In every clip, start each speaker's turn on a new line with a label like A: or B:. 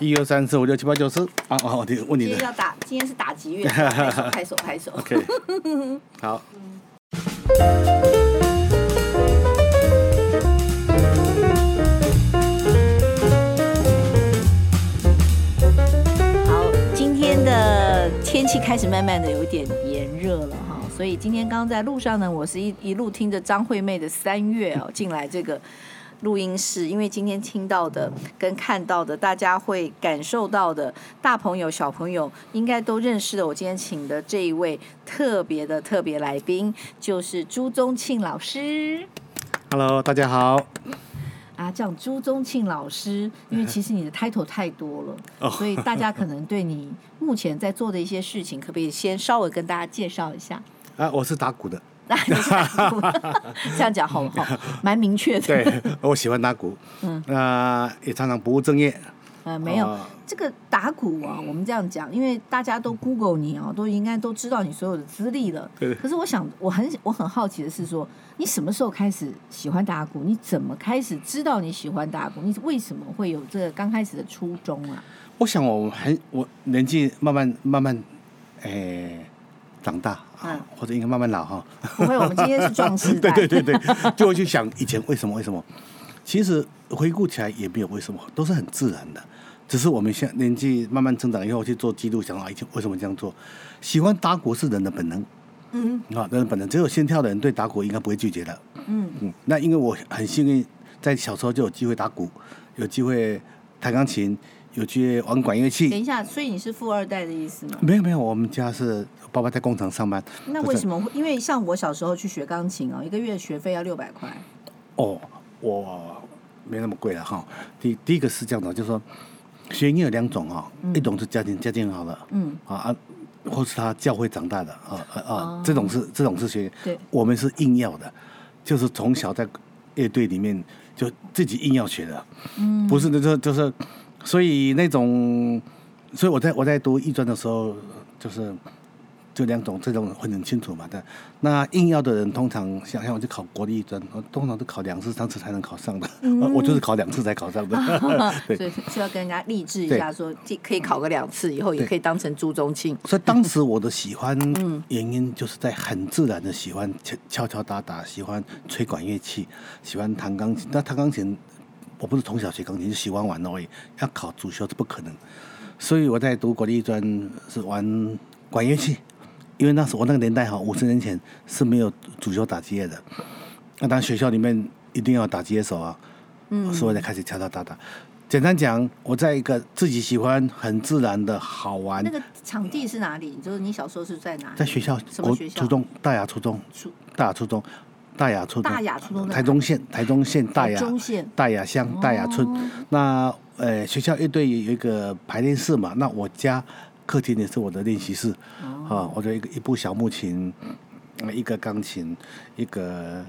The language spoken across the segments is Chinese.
A: 一二三四五六七八九十啊啊！我的问你
B: 今天
A: 的
B: 要打，今天是打 击乐，拍手拍手拍手。
A: ，OK，好，
B: 好，今天的天气开始慢慢的有一点炎热了哈，所以今天刚刚在路上呢，我是一一路听着张惠妹的《三月》哦进来这个录音室，因为今天听到的跟看到的，大家会感受到的，大朋友小朋友应该都认识的。我今天请的这一位特别的特别来宾，就是朱宗庆老师。
A: Hello，大家好。
B: 啊，这样朱宗庆老师，因为其实你的 title 太多了，
A: 哦
B: 所以大家可能对你目前在做的一些事情，可不可以先稍微跟大家介绍一下？
A: 啊，我是打鼓的，
B: 那你 下一步这样讲好不好？蛮明确的。
A: 对，我喜欢打鼓，
B: 嗯，
A: 那、也常常不务正业，
B: 呃，没有、
A: 哦
B: 这个打鼓啊，我们这样讲，因为大家都 Google 你啊，都应该都知道你所有的资历了。
A: 对
B: 可是我想，我很我很好奇的是说，你什么时候开始喜欢打鼓？你怎么开始知道你喜欢打鼓？你为什么会有这个刚开始的初衷啊？
A: 我想我很我年纪慢慢慢慢，哎、长大，
B: 嗯
A: 啊，或者应该慢慢老哈。
B: 不会，我们今天是壮 士代。
A: 对对对对，就会去想以前为什么为什么。其实回顾起来也没有为什么，都是很自然的。只是我们现年纪慢慢增长以后去做记录，想啊，以前为什么这样做？喜欢打鼓是人的本能
B: 嗯
A: 啊，人的本能。只有心跳的人对打鼓应该不会拒绝的。
B: 嗯
A: 嗯，那因为我很幸运，在小时候就有机会打鼓，有机会弹钢琴，有机会玩管乐
B: 等
A: 器。
B: 一下，所以你是富二代的意思吗？
A: 没有没有，我们家是爸爸在工厂上班。
B: 那为什么会？因为像我小时候去学钢琴哦，一个月学费要六百块。
A: 哦，我没那么贵了哈。第第一个是这样的，就是说学音乐有两种啊、一种是家庭家境好的
B: 嗯，
A: 啊啊，或是他教会长大的啊啊
B: 哦
A: 啊，这种是这种是学，
B: 对
A: 我们是硬要的，就是从小在乐队里面就自己硬要学的，嗯，不是那就就是，所以那种，所以我在我在读艺专的时候就是。就两种，这种会很清楚嘛但那硬要的人，通常想像我去考国立专，我通常都考两次、三次才能考上的。 我就是考两次才考上的。 对
B: 所以是要跟人家励志一
A: 对
B: 下，说既可以考个两次，以后也
A: 对
B: 可以当成朱宗庆。
A: 所以当时我的喜欢
B: 嗯
A: 原因就是在很自然的喜欢敲敲敲打打，喜欢吹管乐器，喜欢弹钢琴。那弹钢琴，我不是从小学钢琴，就喜欢玩而已。要考主修是不可能，所以我在读国立专是玩管乐器，因为那时我那个年代哈，五十年前是没有主修打击乐的。那当然学校里面一定要打击乐手啊，嗯，所以我才开始敲敲打打。简单讲，我在一个自己喜欢、很自然的好玩
B: 那。个场地是哪里？就是你小时候是在哪里？
A: 在学校
B: 什么
A: 国
B: 学校？
A: 初中大雅初中
B: 初
A: 大雅初中大雅初中
B: 大雅初中在哪
A: 台中县台中县大雅
B: 台中县哦
A: 大雅乡大雅村。那呃学校乐队有一个排练室嘛，那我家客厅也是我的练习室
B: 哦
A: 啊，我的一个一部小木琴，呃一个钢琴，一个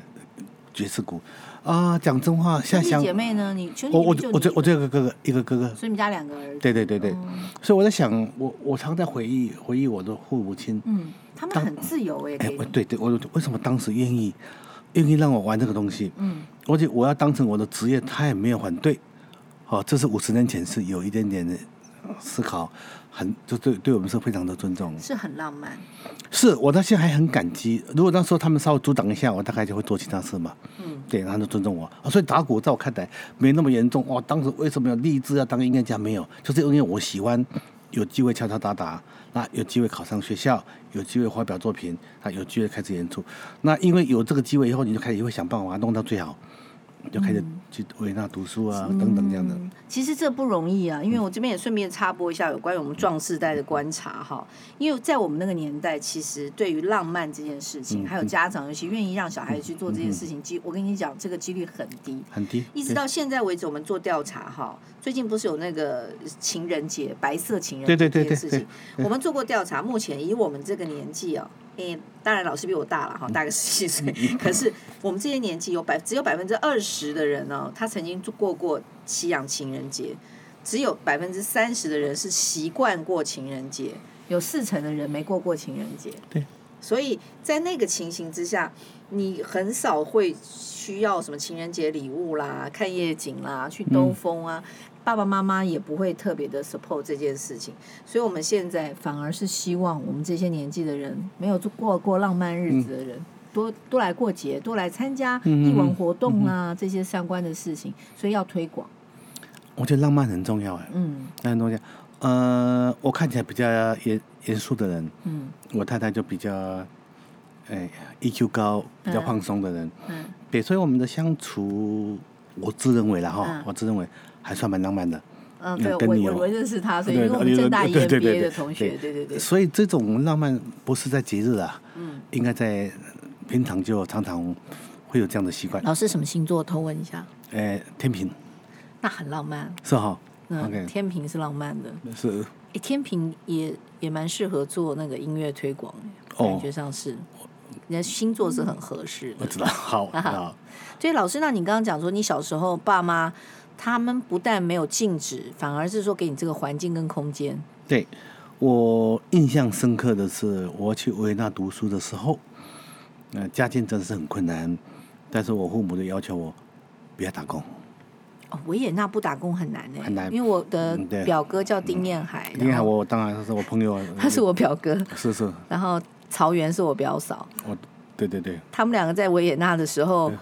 A: 爵士鼓啊。讲真话，
B: 兄
A: 现在
B: 弟
A: 想
B: 姐妹呢？你兄弟
A: 我我
B: 姐妹就
A: 我这
B: 你哦
A: 我这个哥哥一个哥哥，
B: 所以你们家两个儿子。
A: 对对对对，所以我在想，我我常在回忆回忆我的父母亲，
B: 嗯，他们很自由哎，
A: 哎
B: 给，
A: 我
B: 你。
A: 对对，我为什么当时愿意愿意让我玩这个东西？
B: 嗯，
A: 而且我要当成我的职业，他也没有反对。好、这是五十年前是有一点点的思考，很就对对我们是非常的尊重。
B: 是很浪漫。
A: 是我到现在还很感激。如果那时候他们稍微阻挡一下，我大概就会做其他事嘛。
B: 嗯，
A: 对，他就尊重我。啊所以打鼓在我看来没那么严重。哦，当时为什么有立志要当音乐家？没有，就是因为我喜欢有机会敲敲打打，那有机会考上学校，有机会发表作品，啊，有机会开始演出。那因为有这个机会以后，你就开始会想办法啊弄到最好，就开始去维也纳读书啊，等等这样的。
B: 嗯其实这不容易啊，因为我这边也顺便插播一下有关于我们壮世代的观察哈，因为在我们那个年代，其实对于浪漫这件事情，还有家长尤其愿意让小孩去做这件事情，几我跟你讲，这个几率很低。
A: 很低，
B: 一直到现在为止，我们做调查哈，最近不是有那个情人节、白色情人节
A: 对对对
B: 这件事
A: 对
B: 情，我们做过调查，目前以我们这个年纪哦，诶，当然老师比我大了
A: 嗯
B: 哈，大概十七 岁，可是我们这些年纪有百只有百分之二十的人哦，他曾经过过西洋情人节，只有百分之三十的人是习惯过情人节，有四成的人没过过情人节。
A: 对，
B: 所以在那个情形之下，你很
A: 嗯
B: 少会需要什么情人节礼物啦、看夜景啦、去兜风啊。爸爸妈妈也不会特别的 support 这件事情，所以我们现在反而是希望我们这些年纪的人，没有过过浪漫日子的人，多多来过节，多来参加
A: 嗯
B: 义文活动啊，这些相关的事情，所以要推广。
A: 我觉得浪漫很重要哎，
B: 嗯
A: 那很重要。呃，我看起来比较严严肃的人，
B: 嗯
A: 我太太就比较，哎，EQ 高，比较
B: 嗯
A: 放松的人，
B: 嗯
A: 对，所以我们的相处，我自认为啦哈，
B: 嗯
A: 我自认为还算蛮浪漫的。
B: 嗯，
A: 嗯
B: 对，
A: 跟你
B: 我
A: 有
B: 我我认识他，所以因
A: 对
B: 为我们正大一
A: 对对
B: MBA
A: 对
B: 的同学，对对对，
A: 所以这种浪漫不是在节日啊，
B: 嗯。
A: 应该在平常就常常会有这样的习惯。
B: 老师什么星座？偷问一下，
A: 哎，天平
B: 那很浪漫。
A: 是哈、
B: 嗯，
A: OK
B: 天平是浪漫的，
A: 是
B: 诶，天平也也蛮适合做那个音乐推广，
A: 哦
B: 感觉上是，人家星座是很合适
A: 我
B: 的。
A: 知道，好，
B: 啊哈
A: 好，
B: 所以老师，那你刚刚讲说，你小时候爸妈他们不但没有禁止，反而是说给你这个环境跟空间。
A: 对我印象深刻的是，我去维也纳读书的时候，呃，家境真的是很困难，但是我父母就要求我不要打工，
B: 哦，维也纳不打工很难呢、欸
A: 很难
B: 因为我的
A: 嗯对
B: 表哥叫丁彦海，
A: 你
B: 然
A: 看
B: 后
A: 我当然他是我朋友啊，
B: 他是我表哥，
A: 是是，
B: 然后曹原是我表嫂，
A: 我对对对，
B: 他们两个在维也纳的时候
A: 对，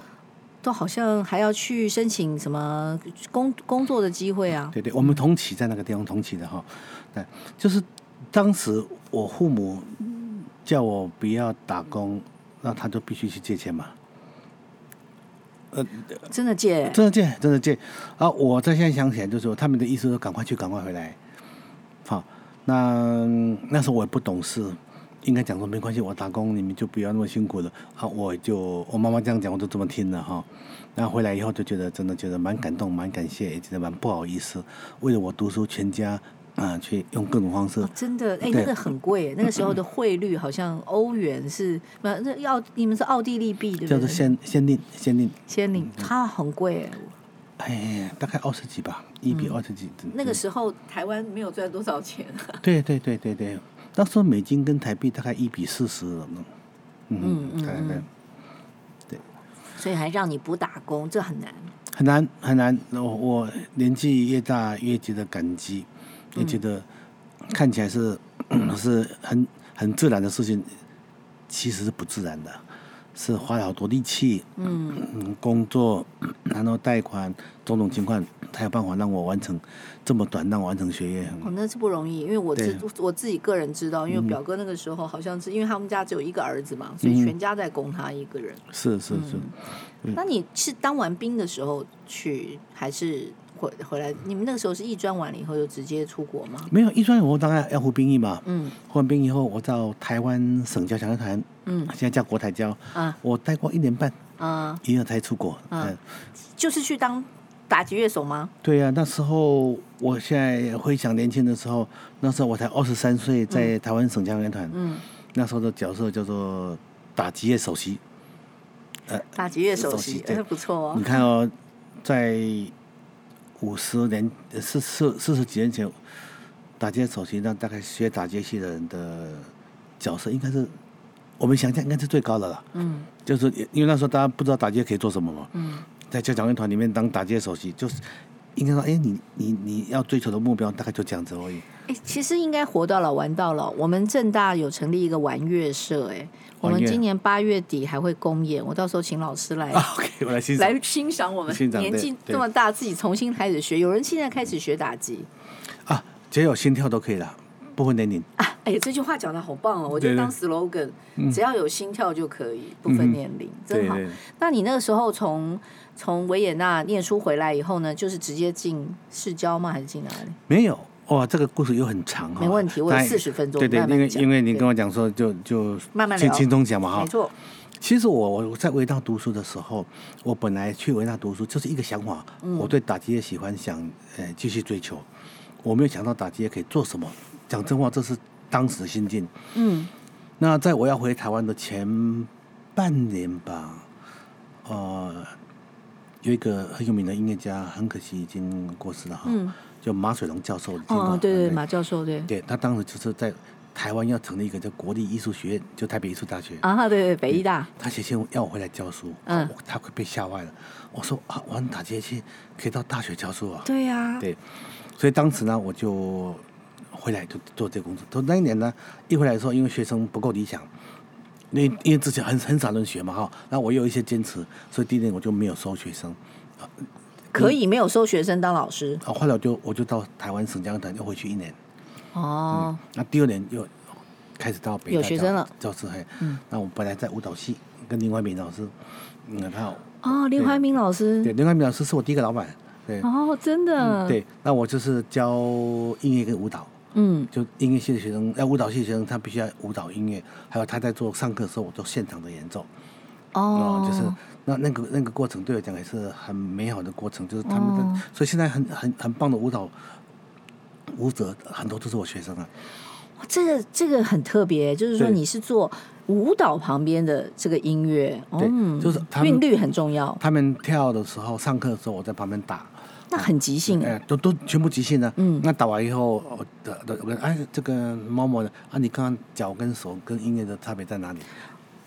B: 都好像还要去申请什么工工作的机会啊。
A: 对对，我们同期在那个地方同期的哈，对，就是当时我父母叫我不要打工，那他就必须去借钱嘛，
B: 真的借，
A: 真的借，真的借。啊，我在现在想起来，就是说他们的意思说赶快去，赶快回来。好，那那时候我也不懂事，应该讲说没关系，我打工你们就不要那么辛苦了。好，我就我妈妈这样讲，我就这么听了哈。然后回来以后就觉得真的觉得蛮感动，蛮感谢，也觉得蛮不好意思，为了我读书，全家啊、去用各种方式
B: 哦、真的，
A: 对
B: 哎，那个很贵，那个时候的汇率好像欧元是，不，那要你们是奥地利币对不
A: 叫做嗯
B: 对？
A: 先先令先令，
B: 先领，它很贵。
A: 嗯哎，大概二十几吧，一比二十几。
B: 嗯那个时候台湾没有赚多少钱，
A: 对对对对对，那时候美金跟台币大概一比四十了呢。嗯
B: 嗯
A: 对对
B: 嗯，所以还让你不打工，这很难。
A: 很难很难。我我年纪越大，越觉得感激，也觉
B: 嗯
A: 得看起来是 是很很自然的事情，其实是不自然的，是花了好多力气，
B: 嗯，
A: 嗯，工作，然后贷款，种种情况才有办法让我完成这么短，让我完成学业。
B: 哦，那是不容易，因为我
A: 对嗯
B: 自我自己个人知道，因为表哥那个时候好像是因为他们家只有一个儿子嘛，所以全家在供他一个人。
A: 是是
B: 嗯
A: 是。嗯
B: 那你是当完兵的时候去，还是回回来？你们那个时候是一专完了以后就直接出国吗？
A: 没有一专以后，当然要服兵役嘛。
B: 嗯
A: 服完兵以后，我到台湾省交响乐团，
B: 嗯
A: 现在叫国台交，
B: 啊
A: 我待过一年半，
B: 啊，
A: 一后才出国。
B: 嗯
A: 嗯，
B: 就是去当打击乐手吗？
A: 对啊呀、那时候我现在回想年轻的时候，那时候我才二十三岁，在台湾省交响乐团，
B: 嗯，
A: 那时候的角色叫做打击乐首席。
B: 打击乐
A: 首
B: 席
A: 席，对
B: 哎 不错哦
A: 你。看哦，在五十年呃四四四十几年前，打击首席那大概学打击系的人的角色应该是，我们想象应该是最高的了。
B: 嗯
A: 就是因为那时候大家不知道打击可以做什么嘛，
B: 嗯
A: 在交响乐团里面当打击首席，就是应该说，哎，你你你要追求的目标大概就这样子 而已。
B: 哎，其实应该活到老玩到老。我们正大有成立一个玩乐社，哎，我
A: 玩
B: 们
A: 乐
B: 今年八月底还会公演，我到时候请老 师来
A: 啊 OK，我来欣赏
B: 来。欣赏我们
A: 欣赏
B: 年
A: 对
B: 纪
A: 对
B: 这么大自己重新开始学，有人现在开始学打击
A: 啊，只要有心跳都可以了，不分年龄。
B: 啊！哎，这句话讲的好棒哦，我觉
A: 对对嗯
B: 得当 slogan，只要有心跳就可以，不分年龄，真好。
A: 对对
B: 那你那个时候从从维也纳念书回来以后呢，就是直接进市交吗？还是进哪里？
A: 没有哇，这个故事又很长哈。
B: 没问题我有
A: 但
B: 40分钟
A: 对对，
B: 慢慢
A: 因为
B: 讲
A: 因为你
B: 对
A: 跟我讲说就就
B: 慢慢
A: 轻
B: 聊
A: 轻松讲嘛哈
B: 没。错，
A: 其实我我在维纳读书的时候，我本来去维纳读书就是一个想法，
B: 嗯
A: 我对打击乐喜欢，想呃继续追求。我没有想到打击乐可以做什么，讲真话，这是当时的心境。
B: 嗯
A: 那在我要回台湾的前半年吧，呃，有一个很有名的音乐家，很可惜已经过世了哈，
B: 嗯，
A: 叫马水龙教授，你听过
B: 哦
A: 吗？
B: 对对，马教授对，
A: 对他当时就是在台湾要成立一个叫国立艺术学院，就台北艺术大学。
B: 啊，对对，北医大，
A: 他写信要我回来教书，
B: 嗯
A: 我他快被吓坏了。我说啊，我打这些去可以到大学教书啊？
B: 对呀，
A: 对，所以当时呢，我就回来就做这个工作。从那一年呢，一回来的时候，因为学生不够理想，因为因为之前很很少人学嘛哈，那我有一些坚持，所以第一年我就没有收学生。
B: 可以没有收学生当老师
A: 啊，后来我就我就到台湾省教育团又回去一年，嗯
B: 哦，
A: 那第二年又开始到北大
B: 有学生了嗯
A: 教师嘿，那我本来在舞蹈系跟林怀民老师，嗯，他
B: 哦，林怀民老
A: 对
B: 师，
A: 林怀民老师是我第一个老板，对、
B: 哦，真的，，
A: 对，那我就是教音乐跟舞蹈。
B: 嗯，
A: 就音乐系的学生，要舞蹈系的学生，他必须要舞蹈音乐，还有他在做上课的时候，我做现场的演奏，啊
B: 哦，
A: 就是那那个那个过程对我讲也是很美好的过程，就是他们的，
B: 哦
A: 所以现在很很很棒的舞蹈舞者很多都是我学生啊，
B: 哦这个这个很特别，就是说
A: 对
B: 你是做舞蹈旁边的这个音乐，
A: 对
B: 嗯，
A: 就是他们
B: 韵律很重要，
A: 他们跳的时候，上课的时候我在旁边打，
B: 那很即兴
A: 哎、
B: 哎，
A: 都都全部即兴的。
B: 嗯
A: 那打完以后，我的的我哎，这个猫猫的啊，你刚刚脚跟手跟音乐的差别在哪里？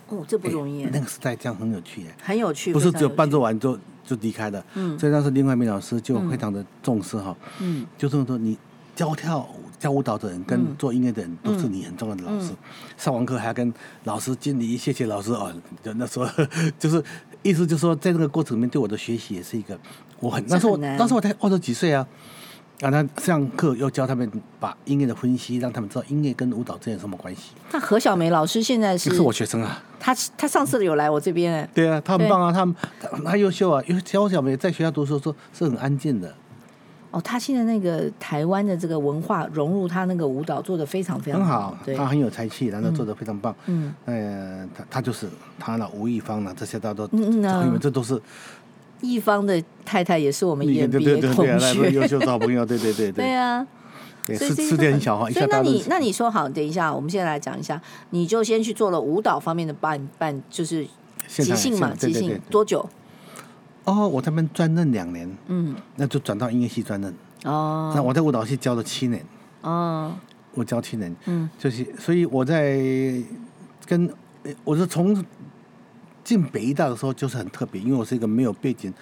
B: 哦，这不容易
A: 哎那
B: 耶，
A: 个时代这样很有趣耶。
B: 很有趣，
A: 不是
B: 非常
A: 只有伴
B: 趣，
A: 奏完就就离开的。
B: 嗯
A: 所以当时林怀民老师就非常的重视哈，
B: 嗯，
A: 就是说你教跳舞教舞蹈的人跟
B: 嗯
A: 做音乐的人都是你很重要的老师。上完课还要跟老师敬礼，谢谢老师啊。就那时候 就是意思就是说，在这个过程里面对我的学习也是一个我很
B: 这
A: 那时候我
B: 很难
A: 那时候我才二十几岁啊。啊，那上课又教他们把音乐的分析，让他们知道音乐跟舞蹈之间有什么关系。
B: 那何小梅老师现在是
A: 这是我学生啊，
B: 他他上次有来我这边，哎
A: 对啊，他很棒啊，他们他他优秀啊，因为小小梅在学校读书的时候是很安静的，
B: 哦，他现在那个台湾的这个文化融入他那个舞蹈做的非常非常
A: 很好，啊
B: 对，
A: 他很有才气，然后做的非常棒。
B: 嗯，
A: 呃，他他就是他了，吴亦芳了，这些大家都，
B: 嗯嗯啊
A: 朋友们，这都是
B: 一方的太太也是我们
A: 对
B: 演
A: 对
B: 毕
A: 对
B: 业
A: 对
B: 同
A: 对啊，那都
B: 学，
A: 优秀的好朋友，对对对
B: 对
A: 对，
B: 啊。
A: 对
B: 所以
A: 世
B: 这
A: 世界
B: 个
A: 很小哈，一
B: 所以
A: 下
B: 那
A: 大家
B: 你
A: 都
B: 那你说好，等一下，我们现在来讲一下，你就先去做了舞蹈方面的伴伴，就是
A: 现
B: 即
A: 场
B: 兴
A: 现
B: 嘛，
A: 场
B: 即
A: 对对
B: 兴
A: 对。
B: 多久？
A: 哦，我在那边专任两年，
B: 嗯，
A: 那就转到音乐系专任。
B: 哦，
A: 那我在舞蹈系教了七年，
B: 哦，
A: 我教七年，
B: 嗯，
A: 就是所以我在跟呃我是从进北医大的时候就是很特别，因为我是一个没有背景，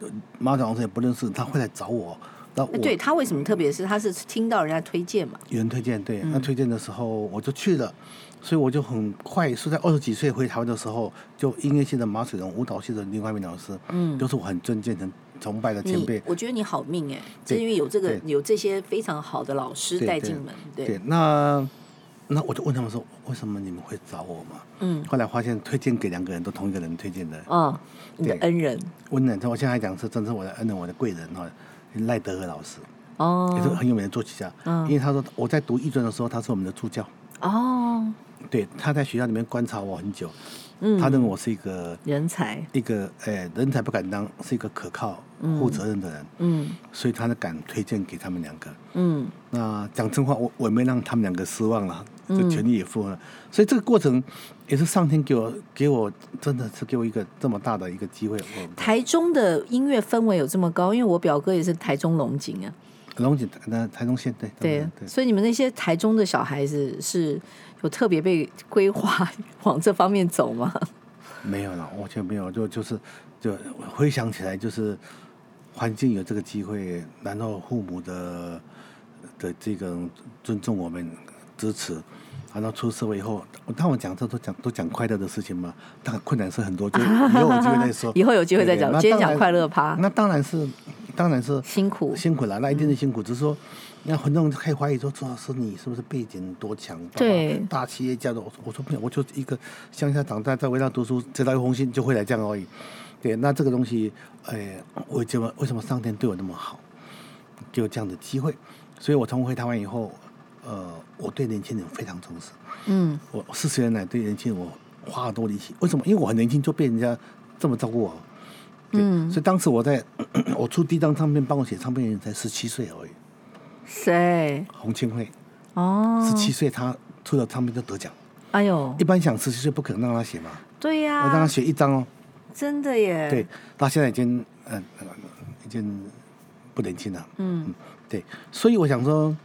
A: 呃马长老师也不认识，他会来找我，那我
B: 那啊哎对他为什么特别是他是听到人家推荐嘛？
A: 有人推荐，
B: 嗯
A: 对，他推荐的时候我就去了，所以我就很快是在二十几岁回台湾的时候，就音乐系的马水龙，舞蹈系的林怀民老师，
B: 嗯
A: 都是我很尊敬、很崇拜的前
B: 你
A: 辈。
B: 我觉得你好命哎，
A: 对
B: 正因为有这个
A: 对
B: 有这些非常好的老师
A: 对
B: 带
A: 对
B: 进门，
A: 对，，那那我就问他们说，为什么你们会找我嘛？
B: 嗯，
A: 后来发现推荐给两个人都同一个人推荐的，
B: 哦，你的
A: 对
B: 恩人
A: 温暖，我现在还讲是真是我的恩人，我的贵人哈，赖德和老师也是
B: 哦
A: 很有名的作曲家。
B: 嗯
A: 因为他说我在读艺专的时候，他是我们的助教，
B: 哦，
A: 对，他在学校里面观察我很久，
B: 嗯
A: 他认为我是一个
B: 人才，
A: 一个呃人才不敢当，是一个可靠、负责任的人，
B: 嗯
A: 所以他呢敢推荐给他们两个。
B: 嗯
A: 那讲真话，我我也没让他们两个失望了，
B: 嗯
A: 就全力以赴了。所以这个过程也是上天给我给我真的是给我一个这么大的一个机会。我
B: 台中的音乐氛围有这么高，因为我表哥也是台中龙井啊，
A: 龙井那台中县对
B: 对
A: 对，对
B: 所以你们那些台中的小孩子是有特别被规划 往这方面走吗？
A: 没有了，完全没有，就就是就回想起来，就是环境有这个机会，然后父母的的这个尊重我们、支持，然后出社会以后，我当我讲这都讲都讲快乐的事情嘛，但困难是很多，就以后有机会再说。
B: 以后有机会再讲
A: 对对
B: 今天
A: 那
B: 讲
A: 当然
B: 快乐趴
A: 那当然是，当然是
B: 辛 苦
A: 辛苦了，那一定是辛苦，只是说。那很多人就开始怀疑说，朱老师你是不是背景多强？爸爸
B: 对
A: 大企业家的，我说我说不行，我就一个乡下长大，在维纳读书，再到一个红星就会来这样而已。对，那这个东西，哎、我怎么为什么上天对我那么好，给我这样的机会？所以我从回台湾以后，呃，我对年轻人非常重视。
B: 嗯，
A: 我四十年来对年轻人我花了多力气，为什么？因为我很年轻就被人家这么照顾我。对
B: 嗯
A: 所以当时我在 我出第一张唱片，帮我写唱片的人才十七岁而已，
B: 谁？
A: 洪清惠，
B: 哦，
A: 十七岁他出了唱片就得奖。
B: 哎呦
A: 一，般想十七岁不可能让他写嘛，
B: 对呀、
A: 我让他写一张哦。
B: 真的耶，
A: 对，，他现在已经嗯、呃已经不年轻了。
B: 嗯
A: 对，所以我想说，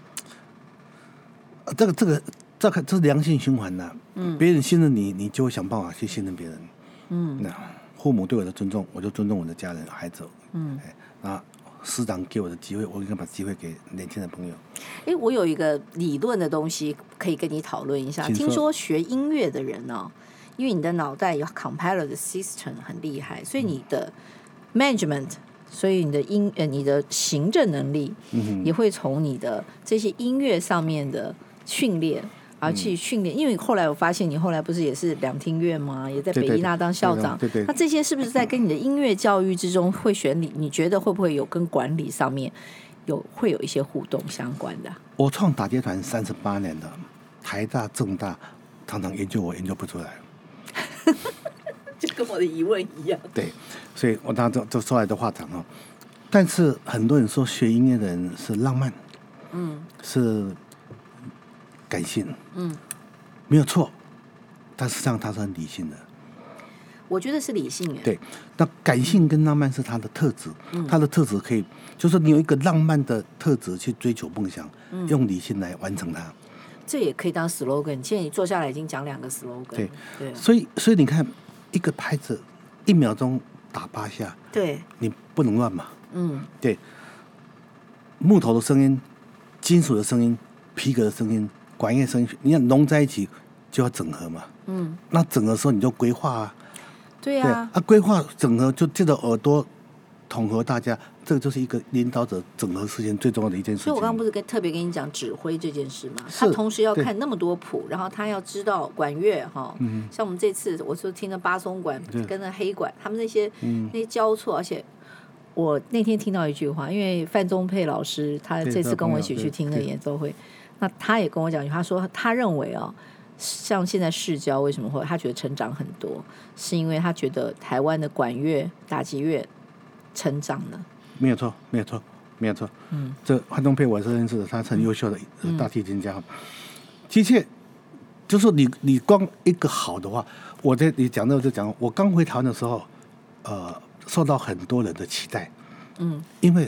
A: 呃这个这个这个这是良性循环呐。嗯，别人信任你，你就会想办法去信任别人。嗯，那父母对我的尊重，我就尊重我的家人、孩子。嗯，哎，那师长给我的机会，我应该把机会给年轻的朋友。
B: 哎，我有一个理论的东西可以跟你讨论一下。
A: 请说
B: 听说学音乐的人呢、因为你的脑袋有 compiler 的 system 很厉害，所以你的
A: 嗯
B: management，所以你的音呃你的行政能力，也会从你的这些音乐上面的训练。而
A: 嗯
B: 去训练，因为后来我发现你后来不是也是两厅院吗？也在
A: 对
B: 北
A: 对
B: 医大当校长。
A: 对对对
B: 那这些是不是在跟你的音乐教育之中会选你？你觉得会不会有跟管理上面有会有一些互动相关的啊、
A: 我创打街团三十八年了，台大、政大常常研究我研究不出来。
B: 就跟我的疑问一样。
A: 对，所以我当时就说来的话长哦。但是很多人说学音乐的人是浪漫，
B: 嗯
A: 是感性，
B: 嗯，
A: 没有错，但实际上他是很理性的。
B: 我觉得是理性耶。
A: 对，那感性跟浪漫是他的特质，他的特质可以，就是你有一个浪漫的特质去追求梦想，用理性来完成它。
B: 这也可以当 slogan。现在你坐下来已经讲两个 slogan
A: 对
B: 对啊
A: 所以，所以你看，一个拍子一秒钟打八下，
B: 对，
A: 你不能乱嘛。
B: 嗯
A: 对，木头的声音、金属的声音、皮革的声音、管乐声音，你看融在一起就要整合嘛。
B: 嗯，
A: 那整合的时候你就规划啊，
B: 对
A: 对
B: 啊
A: 啊，，规划整合就借着耳朵统合大家，这个就是一个领导者整合事情最重要的一件事情。
B: 所以我刚刚不是跟特别跟你讲指挥这件事嘛，
A: 是
B: 他同时要
A: 对嗯
B: 看那么多谱，然后他要知道管乐哈，像我们这次我说听了巴松管
A: 对嗯
B: 跟着黑管，他们那些、那些交错，而且。我那天听到一句话，因为范宗沛老师他
A: 对
B: 这次
A: 他
B: 跟我一起
A: 朋友
B: 去
A: 对
B: 听的
A: 对
B: 演奏会，那他也跟我讲一句，他说他认为哦，像现在市郊为什么会他觉得成长很多，是因为他觉得台湾的管乐、打击乐成长了。
A: 没有错，没有错，没有错。
B: 嗯，
A: 这汉东佩我是认识的，他是很优秀的呃大提琴家。的确，就是你你光一个好的话，我在你讲到就讲，我刚回台湾的时候，呃，受到很多人的期待。
B: 嗯，
A: 因为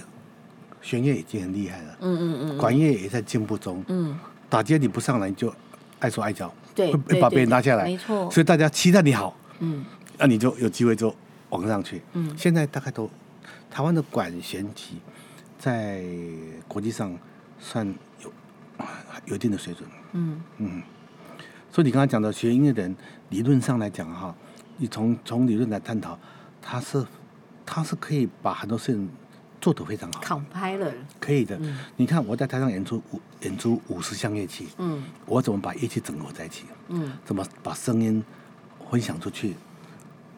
A: 弦乐已经很厉害了，
B: 嗯嗯嗯
A: 管乐也在进步中。
B: 嗯，
A: 打街你不上来你就碍手碍脚，
B: 对
A: 会
B: 对
A: 会把别人
B: 对
A: 拉下来。
B: 没错
A: 所以大家期待你好，
B: 嗯
A: 那你就有机会就往上去。
B: 嗯
A: 现在大概都台湾的管弦级在国际上算有有一定的水准。
B: 嗯。
A: 所以你刚才讲的学音乐的人，理论上来讲哈，你从从理论来探讨，他是他是可以把很多事情做得非常好，
B: compiler，
A: 可以的。你看我在台上演出五演出五十项乐器，
B: 嗯
A: 我怎么把乐器整合在一起？
B: 嗯
A: 怎么把声音分享出去？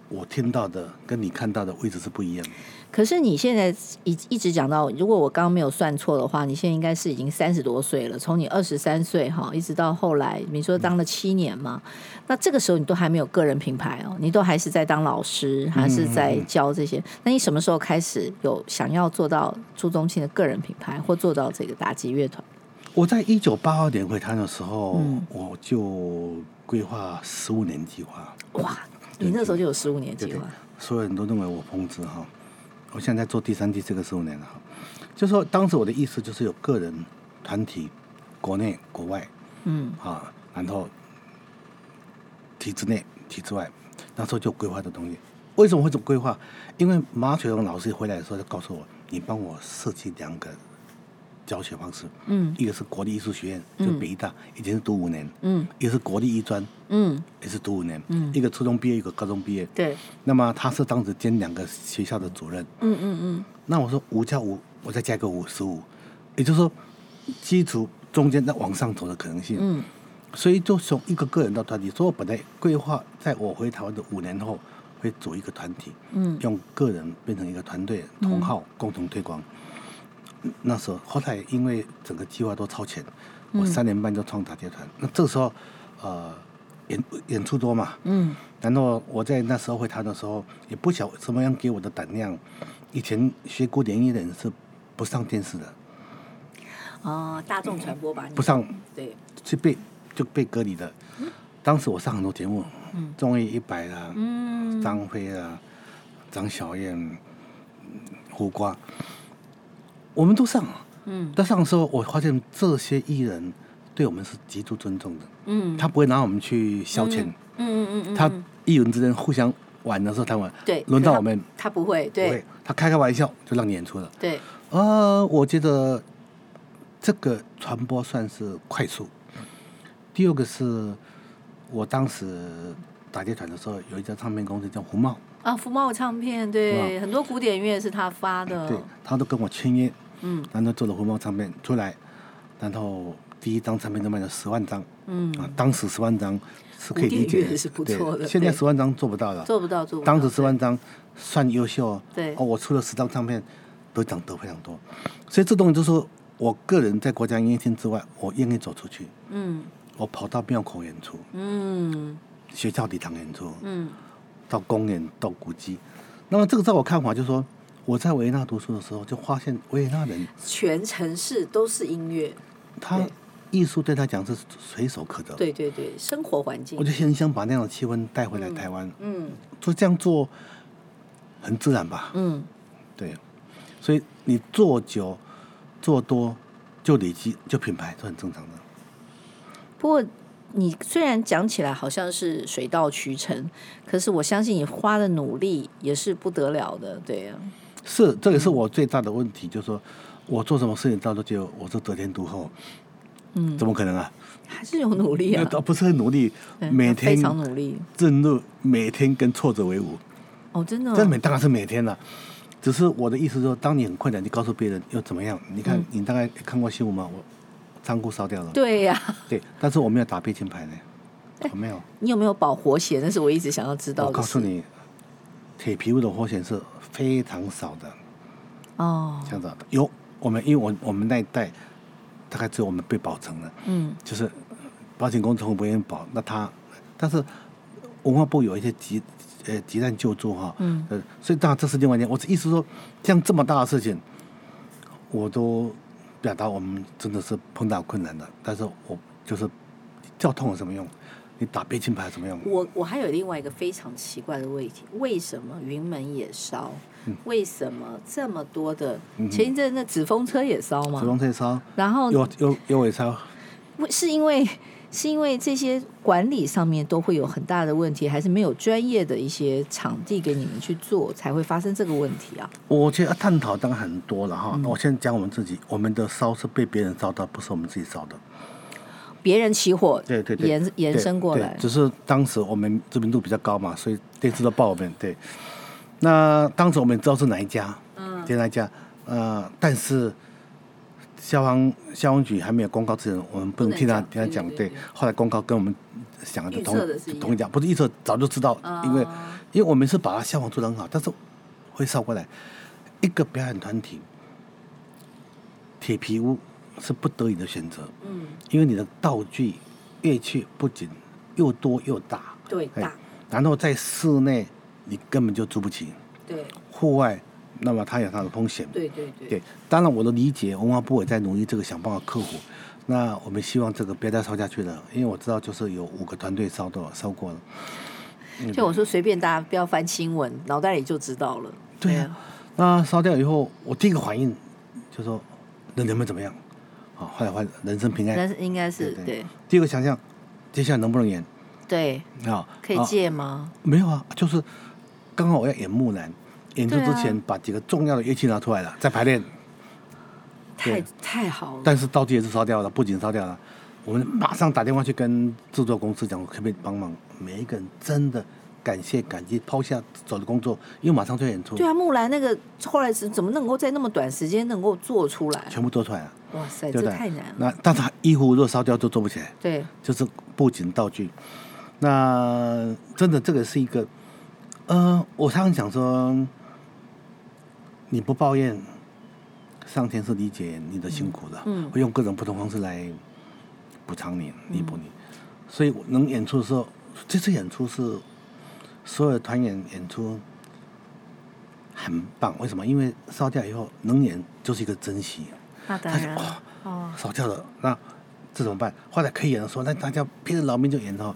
A: 我听到的跟你看到的位置是不一样的。
B: 可是你现在一一直讲到，如果我刚刚没有算错的话，你现在应该是已经三十多岁了，从你二十三岁哈，一直到后来，你说当了七年嘛，那这个时候你都还没有个人品牌哦，你都还是在当老师，还是在教这些。那你什么时候开始有想要做到朱宗庆的个人品牌，或做到这个打击乐团？
A: 我在一九八二年回台湾的时候，我就规划十五年计划。
B: 哇，你那时候就有十五年
A: 对
B: 计
A: 对
B: 划，，
A: 所有人都认为我疯子哈。我现在在做第三季这个十五年了哈，就说当时我的意思就是有个人、团体、国内、国外
B: 嗯
A: 啊，然后体制内、体制外，那时候就有规划的东西。为什么会这么规划？因为马雪龙老师回来的时候就告诉我，你帮我设计两个教学方式，
B: 嗯
A: 一个是国立艺术学院，就北艺大，已经是读五年，
B: 嗯
A: 一个是国立艺专，
B: 嗯，
A: 也是读五年，一个初中毕业，一个高中毕业。
B: 对，
A: 那么他是当时兼两个学校的主任。
B: 嗯嗯嗯，
A: 那我说五加五，我再加一个五十五，也就是说基础中间再往上走的可能性。
B: 嗯，
A: 所以就从一个个人到团体，所以我本来规划在我回台湾的五年后会组一个团体，
B: 嗯
A: 用个人变成一个团队，同号共同推广。那时候后来因为整个计划都超前，
B: 嗯
A: 我三年半就创打铁团。那这时候呃演演出多嘛，
B: 嗯
A: 然后我在那时候会弹的时候，也不晓怎么样给我的胆量。以前学古典音乐的人是不上电视的，
B: 哦，大众传播吧，你
A: 不上
B: 对，
A: 是被就被隔离的。当时我上很多节目，综艺一百啦，
B: 嗯
A: 张飞啦，张小燕，嗯胡瓜，我们都上。
B: 嗯
A: 但上的时候，我发现这些艺人对我们是极度尊重的，
B: 嗯，
A: 他不会拿我们去消遣，
B: 嗯嗯嗯嗯，
A: 他
B: 嗯
A: 艺人之间互相玩的时候，他们
B: 对，
A: 轮到
B: 可
A: 我们
B: 他他不会，
A: 不
B: 对
A: 会，他开开玩笑就让你演出了。
B: 对，
A: 呃，我觉得这个传播算是快速。第二个是我当时打乐团的时候，有一家唱片公司叫胡茂，
B: 啊，福茂唱片
A: 福
B: 对，很多古典乐是他发的，
A: 对，他都跟我签约，
B: 嗯
A: 然后做了胡茂唱片出来，然后第一张唱片就卖了十万张
B: 嗯，
A: 啊，当时十万张是可以理解
B: 古典乐
A: 的，
B: 是不错的
A: 对现在
B: 对
A: 十万张做不到了，
B: 做不到做不到，
A: 当时十万张算优秀哦。
B: 对
A: 哦，我出了十张唱片，都涨得非常多，所以这东西就是说我个人在国家音乐厅之外，我愿意走出去，
B: 嗯
A: 我跑到庙口演出，
B: 嗯
A: 学校礼堂演出，
B: 嗯
A: 到公园，到古迹。那么这个在我看法就是说，我在维也纳读书的时候，就发现维也纳人
B: 全城市都是音乐，
A: 他
B: 对
A: 艺术对他讲是随手可得。
B: 对对对，生活环境
A: 我，就很想把那样的气氛带回来台湾，
B: 嗯
A: 就这样做很自然吧。
B: 嗯
A: 对，啊所以你做久做多就累积就品牌是很正常的。
B: 不过你虽然讲起来好像是水到渠成，可是我相信你花的努力也是不得了的，对啊呀、
A: 是，这
B: 嗯
A: 也是我最大的问题，就是说我做什么事情到时候就我是得天独厚，
B: 嗯，
A: 怎么可能 啊？
B: 还是有努力啊，
A: 倒不是很努力，
B: 对
A: 每天
B: 非常努力，
A: 正路，每天跟挫折为伍。
B: 哦，真的、
A: 这
B: 哦，
A: 每当然是每天了、只是我的意思说，当你很困难，你告诉别人又怎么样？你看，
B: 嗯
A: 你大概看过新闻吗？我仓库烧掉了，
B: 对哎呀、
A: 对，但是我没有打备勤牌呢，我没有。
B: 你有没有保活险？那是我一直想要知道
A: 我
B: 的
A: 告
B: 事。
A: 诉你，铁皮屋的活险是非常少的，
B: 哦，
A: 这样子有我们，因为我我们那一代大概只有我们被保存了，
B: 嗯
A: 就是保险公司不愿意保，那他但是文化部有一些急呃急难救助哈、
B: 嗯
A: 呃，所以当然这是另外一件，我的意思说，像这么大的事情，我都表达我们真的是碰到困难的，但是我就是叫痛有什么用？你打悲情牌有什么用？
B: 我我还有另外一个非常奇怪的问题：为什么云门也烧？
A: 嗯
B: 为什么这么多的？前一阵那纸风车也烧
A: 紫
B: 嘛，
A: 光退烧，
B: 然后
A: 有有有尾烧。
B: 为是因为是因为这些管理上面都会有很大的问题，还是没有专业的一些场地给你们去做，才会发生这个问题啊？
A: 我觉得探讨当然很多了哈。那我先讲我们自己，我们的烧是被别人烧到，不是我们自己烧的。
B: 别人起火，
A: 对对对，
B: 延延
A: 对
B: 伸过
A: 对
B: 来，
A: 只是当时我们知名度比较高嘛，所以电视都报我们。对，那当时我们也知道是哪一家，
B: 嗯
A: 就哪一家，呃，但是消防消防局还没有公告之前，我们不
B: 不
A: 能
B: 能
A: 听他
B: 讲
A: 听他
B: 对
A: 讲。
B: 对对对
A: 后来公告跟我们想的
B: 预
A: 同
B: 测的是一样
A: 同一家，不是预测早就知道，因为
B: 啊
A: 因为我们是把它消防做得很好，但是会烧过来。一个表演团体，铁皮屋是不得已的选择，
B: 嗯，
A: 因为你的道具、乐器不仅又多又大，
B: 对
A: 哎
B: 大
A: 然后在室内你根本就租不起，
B: 对
A: 户外那么它有它的风险。
B: 对对对
A: 对，当然我的理解，文化部也在努力这个想办法克服。那我们希望这个不要再烧下去了，因为我知道就是有五个团队烧到烧过了。嗯
B: 就我说随便大家不要翻新闻，脑袋里就知道了。
A: 对啊
B: 啊，
A: 那烧掉以后，我第一个反应就说人能不能怎么样？好，后来换人生平
B: 但
A: 安。
B: 是啊应该是
A: 对
B: 对
A: 第一个想象，接下来能不能演？
B: 对，
A: 啊，
B: 可以
A: 啊
B: 借吗？
A: 没有啊，就是刚好我要演木兰，演出
B: 对啊
A: 之前把几个重要的乐器拿出来了，在排练。
B: 太
A: 哦对
B: 太好了，
A: 但是道具也是烧掉了，布景烧掉了。我们马上打电话去跟制作公司讲，可不可以帮忙？每一个人真的感谢感激，抛下手的工作，因为马上就要演出
B: 对，啊，木兰那个后来是怎么能够在那么短时间能够做出来？
A: 全部做出来了，
B: 哇塞，
A: 对不
B: 这
A: 对？
B: 太难了。
A: 那但是衣服如果烧掉就做不起来，
B: 对，
A: 就是布景道具。那真的这个是一个，呃，我常常讲说，你不抱怨，上天是理解你的辛苦的，
B: 嗯嗯嗯
A: 会用各种不同方式来补偿你、弥补你。所以我能演出的时候，这次演出是所有的团员演出很棒。为什么？因为烧掉以后能演就是一个珍惜。
B: 那当
A: 他就
B: 然
A: 哇
B: 哦，
A: 少啊掉了，那这怎么办？后来可以演的时候，那大家拼了老命就演了。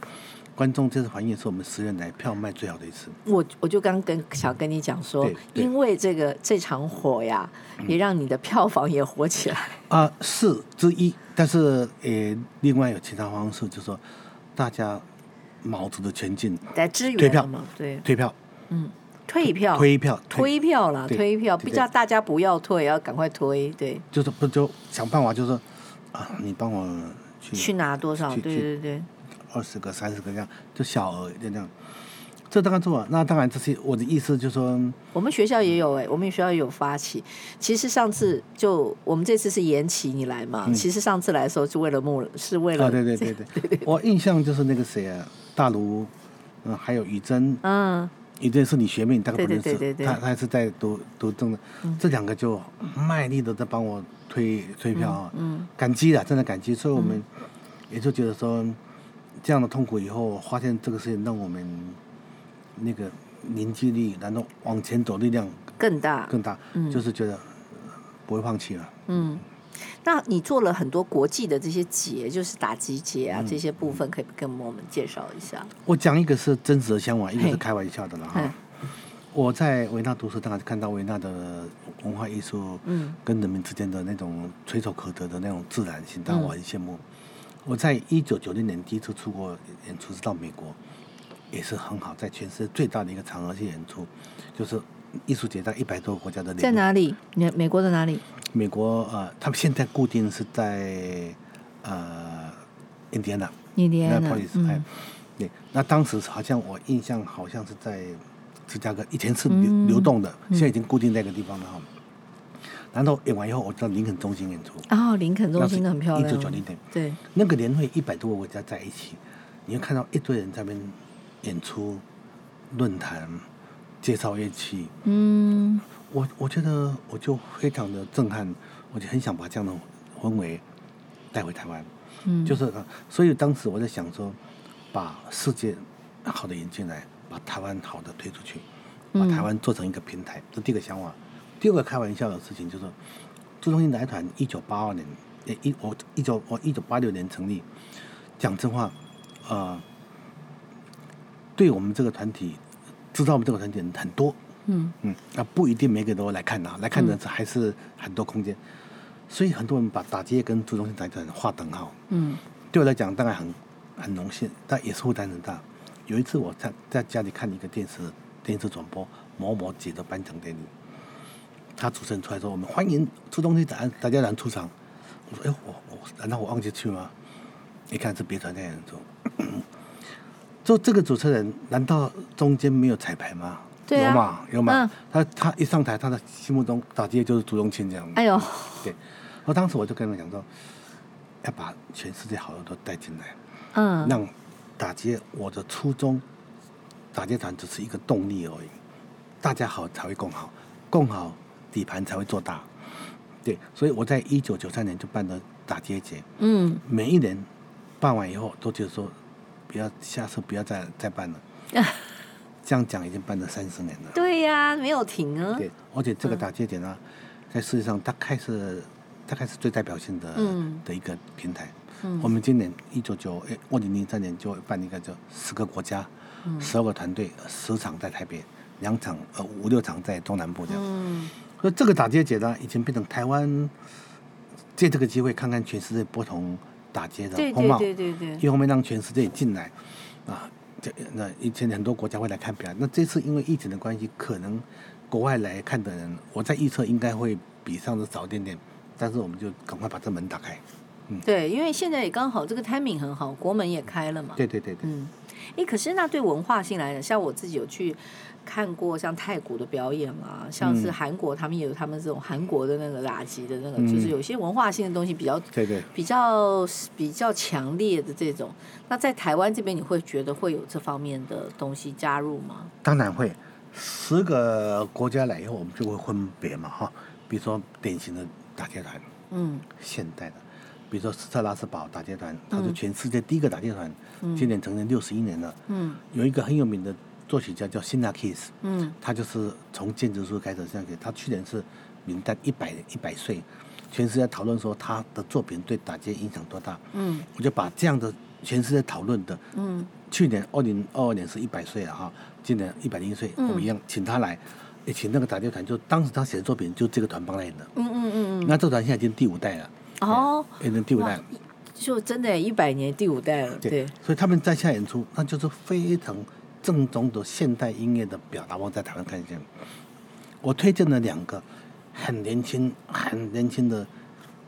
A: 观众这次还原是我们十年来票卖最好的一次，
B: 我我就刚跟想跟你讲说
A: 对，对嗯
B: 因为这个这场火呀，也让你的票房也火起来。
A: 啊、是之一，但是呃，另外有其他方式，就是说大家卯足了全劲
B: 来支
A: 退
B: 援
A: 票
B: 了嘛，对，
A: 退票、
B: 退票，
A: 推票、
B: 推票啦，
A: 对
B: 推票，
A: 对
B: 不叫大家不要退，要赶快推，对，
A: 就是不就想办法，就是啊，你帮我
B: 去
A: 去
B: 拿多
A: 嗯
B: 少？
A: 去
B: 对
A: 去
B: 对对，
A: 二十个、三十个这样，就小额就这样。这当然做，那当然这些我的意思就是说，
B: 我们学校也有哎、
A: 嗯
B: 我们学校也有发起。其实上次就我们这次是延期你来嘛，其实上次来的时候是为了木，是为
A: 嗯
B: 了
A: 啊，对对对对， 我印象就是那个谁啊，大卢，嗯，还有于真，
B: 嗯，
A: 于真是你学妹，你大概不
B: 对
A: 认
B: 对对
A: 识，
B: 对对嗯
A: 她她是在读读政的，这两个就卖力的在帮我推推票啊，嗯，感激了，真的感激，所以我们也就觉得说，这样的痛苦以后，发现这个事情让我们那个凝聚力，然后往前走力量
B: 更大。
A: 更大，
B: 嗯
A: 就是觉得呃不会放弃了。
B: 那你做了很多国际的这些节，就是打击节
A: 嗯
B: 啊、这些部分，可以跟我们介绍一下？
A: 我讲一个是真实的向往，一个
B: 嘿
A: 是开玩笑的了
B: 嗯
A: 哈。我在维纳读书，当然看到维纳的文化艺术，
B: 嗯，
A: 跟人民之间的那种垂手可得的那种自然性，当然我很羡慕。我在一九九六年第一次出国演出是到美国，也是很好，在全世界最大的一个场合去演出，就是艺术节在一百多个国家的
B: 在
A: 联合
B: 哪里？美美国的哪里？
A: 美国呃，他们现在固定是在呃印第安纳，
B: 你连
A: 那
B: 呢
A: p o l i c？哎
B: 嗯，
A: 对，那当时好像我印象好像是在芝加哥，以前是流、流动的，现在已经固定在一个地方了哈。然后演完以后，我到林肯中心演出，
B: 哦，林肯中心的很漂亮。
A: 一九九零年，
B: 对，
A: 那个年会一百多个国家在一起，你会看到一堆人在那边演出、论坛、介绍乐器，
B: 嗯，
A: 我我觉得我就非常的震撼，我就很想把这样的氛围带回台湾。
B: 嗯
A: 就是呃所以当时我在想说，把世界好的引进来，把台湾好的推出去，把台湾做成一个平台，这第一个想法。第二个开玩笑的事情就是，朱中英来团一九八二年，呃一我一九我一九八六年成立，讲真话，呃，对我们这个团体，知道我们这个团体的人很多，
B: 嗯
A: 嗯，啊，不一定每个人都来看呐、来看的还是很多空间，所以很多人把打街跟朱中心财团划等号。
B: 嗯
A: 对我来讲，当然很很荣幸，但也是负担很大。有一次我在在家里看一个电视电视转播某某姐的颁奖典礼，他主持人出来说：“我们欢迎朱中心大大家人出场。”我说：“哎，我我难道我忘记去吗？”一看是别团在演出，就这个主持人难道中间没有彩排吗？
B: 对啊
A: 有嘛有嘛，
B: 嗯
A: 他他一上台，他的心目中打街就是朱中清这样。
B: 哎呦，
A: 对，我当时我就跟他们讲说，要把全世界好的都带进来，
B: 嗯
A: 让打街我的初衷，打街团只是一个动力而已，大家好才会共好，共好底盘才会做大。对，所以我在一九九三年就办了打街节，
B: 嗯，
A: 每一年办完以后都觉得说，不要下次不要再再办了。这样讲已经办了三十年了。
B: 对呀，没有停啊。
A: 对，而且这个打街点呢、在世界上大概是大概是最代表性的、
B: 嗯
A: 的一个平台。
B: 嗯
A: 我们今年一九九哎二零零三年就办一个叫十个国家、
B: 嗯
A: 十二个团队、十场在台北，两场呃五六场在中南部这样。
B: 嗯
A: 所以这个打街节呢，已经变成台湾借这个机会看看全世界不同打街的
B: 对
A: 风貌。
B: 对对对
A: 一
B: 对，
A: 方面让全世界进来，啊，这那以前很多国家会来看表演，那这次因为疫情的关系，可能国外来看的人，我在预测应该会比上次少一点点，但是我们就赶快把这门打开。
B: 对，因为现在也刚好这个 timing 很好，国门也开了嘛。
A: 对对对对，
B: 嗯，哎，可是那对文化性来讲，像我自己有去看过像泰国的表演啊，像是
A: 嗯
B: 韩国，他们也有他们这种韩国的那个打击的那个，
A: 嗯
B: 就是有些文化性的东西比较
A: 对对。
B: 比较比较强烈的这种。那在台湾这边，你会觉得会有这方面的东西加入吗？
A: 当然会，十个国家来以后，我们就会分别嘛哈，比如说典型的打街团，
B: 嗯
A: 现代的，比如说斯特拉斯堡打街团，它是全世界第一个打街团，今年成立六十一年了。
B: 嗯
A: 有一个很有名的作曲家叫辛纳 Kiss，
B: 嗯
A: 他就是从建筑师开始这样给。他去年是名单一百一百岁，全世界讨论说他的作品对打街影响多大。
B: 嗯
A: 我就把这样的全世界讨论的，
B: 嗯，
A: 去年二零二二年是一百岁了哈，今年一百零一岁，
B: 嗯
A: 我们一样请他来，也请那个打街团，就当时他写的作品就这个团帮他演的。
B: 嗯嗯嗯嗯，
A: 那这个团现在已经第五代了，
C: 哦，
A: 演成第五代，
B: 就真的一百年第五代了，对，
A: 所以他们在下演出，那就是非常正宗的现代音乐的表达。我在台湾看见，我推荐了两个很年轻、很年轻的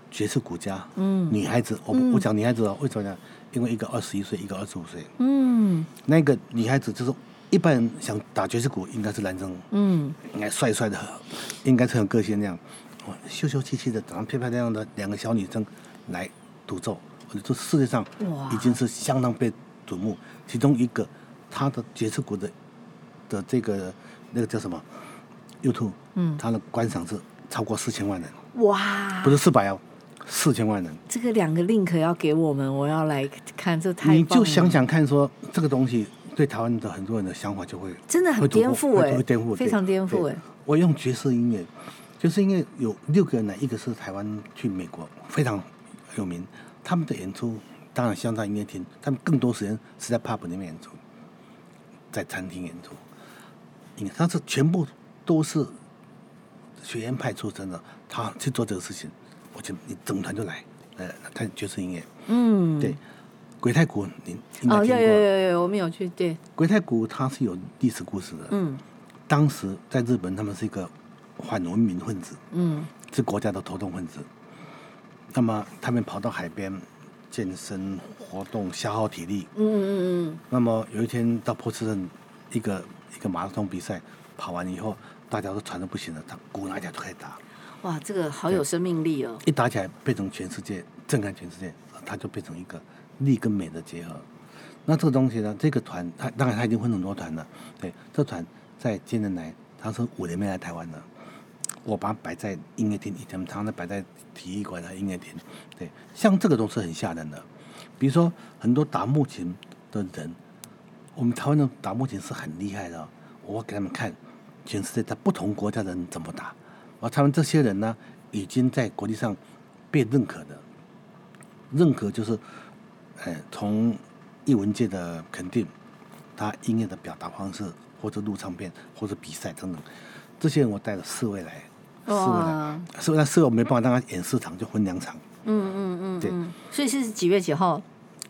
A: 爵士鼓家，嗯，女孩子，我不、我讲女孩子哦，为什么呢？因为一个二十一岁，一个二十五岁，
C: 嗯
A: 那个女孩子就是一般人想打爵士鼓，应该是男生，
C: 嗯
A: 应该帅帅的，应该是很有个性那样，哦秀秀气气的，长得漂漂亮亮的两个小女生来独奏，我觉得这世界上
B: 哇
A: 已经是相当被瞩目。其中一个，她的爵士鼓的的这个那个叫什么 YouTube，嗯，她的观赏是超过四千万人，
B: 哇
A: 不，是四百哦，四千万人。
B: 这个两个 link 要给我们，我要来看，这太
A: 你
B: 棒
A: 就
B: 了
A: 想，想看说，这个东西对台湾的很多人的想法就会
B: 真的很
A: 会突破
B: 颠覆
A: 会
B: 哎
A: 会颠覆，
B: 非
A: 对
B: 常颠覆
A: 对
B: 哎
A: 我用爵士音乐，爵士音乐有六个人来，一个是台湾去美国非常有名，他们的演出当然像在音乐厅，他们更多时间是在 pub 里面演出，在餐厅演出，你看他是全部都是学院派出身的，他去做这个事情，我就你整团就来，呃，看爵士音乐，
B: 嗯，
A: 对。鬼太鼓，你应该
B: 哦，
A: 听过。
B: 有有有有有，我们有去，对，
A: 鬼太鼓它是有历史故事的。
B: 嗯
A: 当时在日本，他们是一个反文明分子，
B: 嗯
A: 是国家的头痛分子。那么他们跑到海边健身活动，消耗体力。
B: 嗯嗯嗯
A: 那么有一天到波士顿一个一个马拉松比赛，跑完以后大家都喘得不行了，他鼓拿起来就开始打，
B: 嗯，哇，这个好有生命力哦，
A: 一打起来变成全世界震撼全世界，它就变成一个力跟美的结合。那这个东西呢，这个团它当然它已经分很多团了，对，这团在近年来它是五年没来台湾了。我把它摆在音乐厅，以前常常摆在体育馆和音乐厅。对，像这个都是很吓人的。比如说很多打木琴的人，我们台湾的打木琴是很厉害的哦。我给他们看全世界在不同国家的人怎么打，而他们这些人呢，已经在国际上被认可的。认可就是，呃，从艺文界的肯定，他音乐的表达方式，或者录唱片，或者比赛等等，这些人我带了四位来，四位来
B: 哇，
A: 四位来四位我没办法让他演四场，就分两场，
B: 嗯嗯嗯，
A: 对
B: 嗯，所以是几月几号？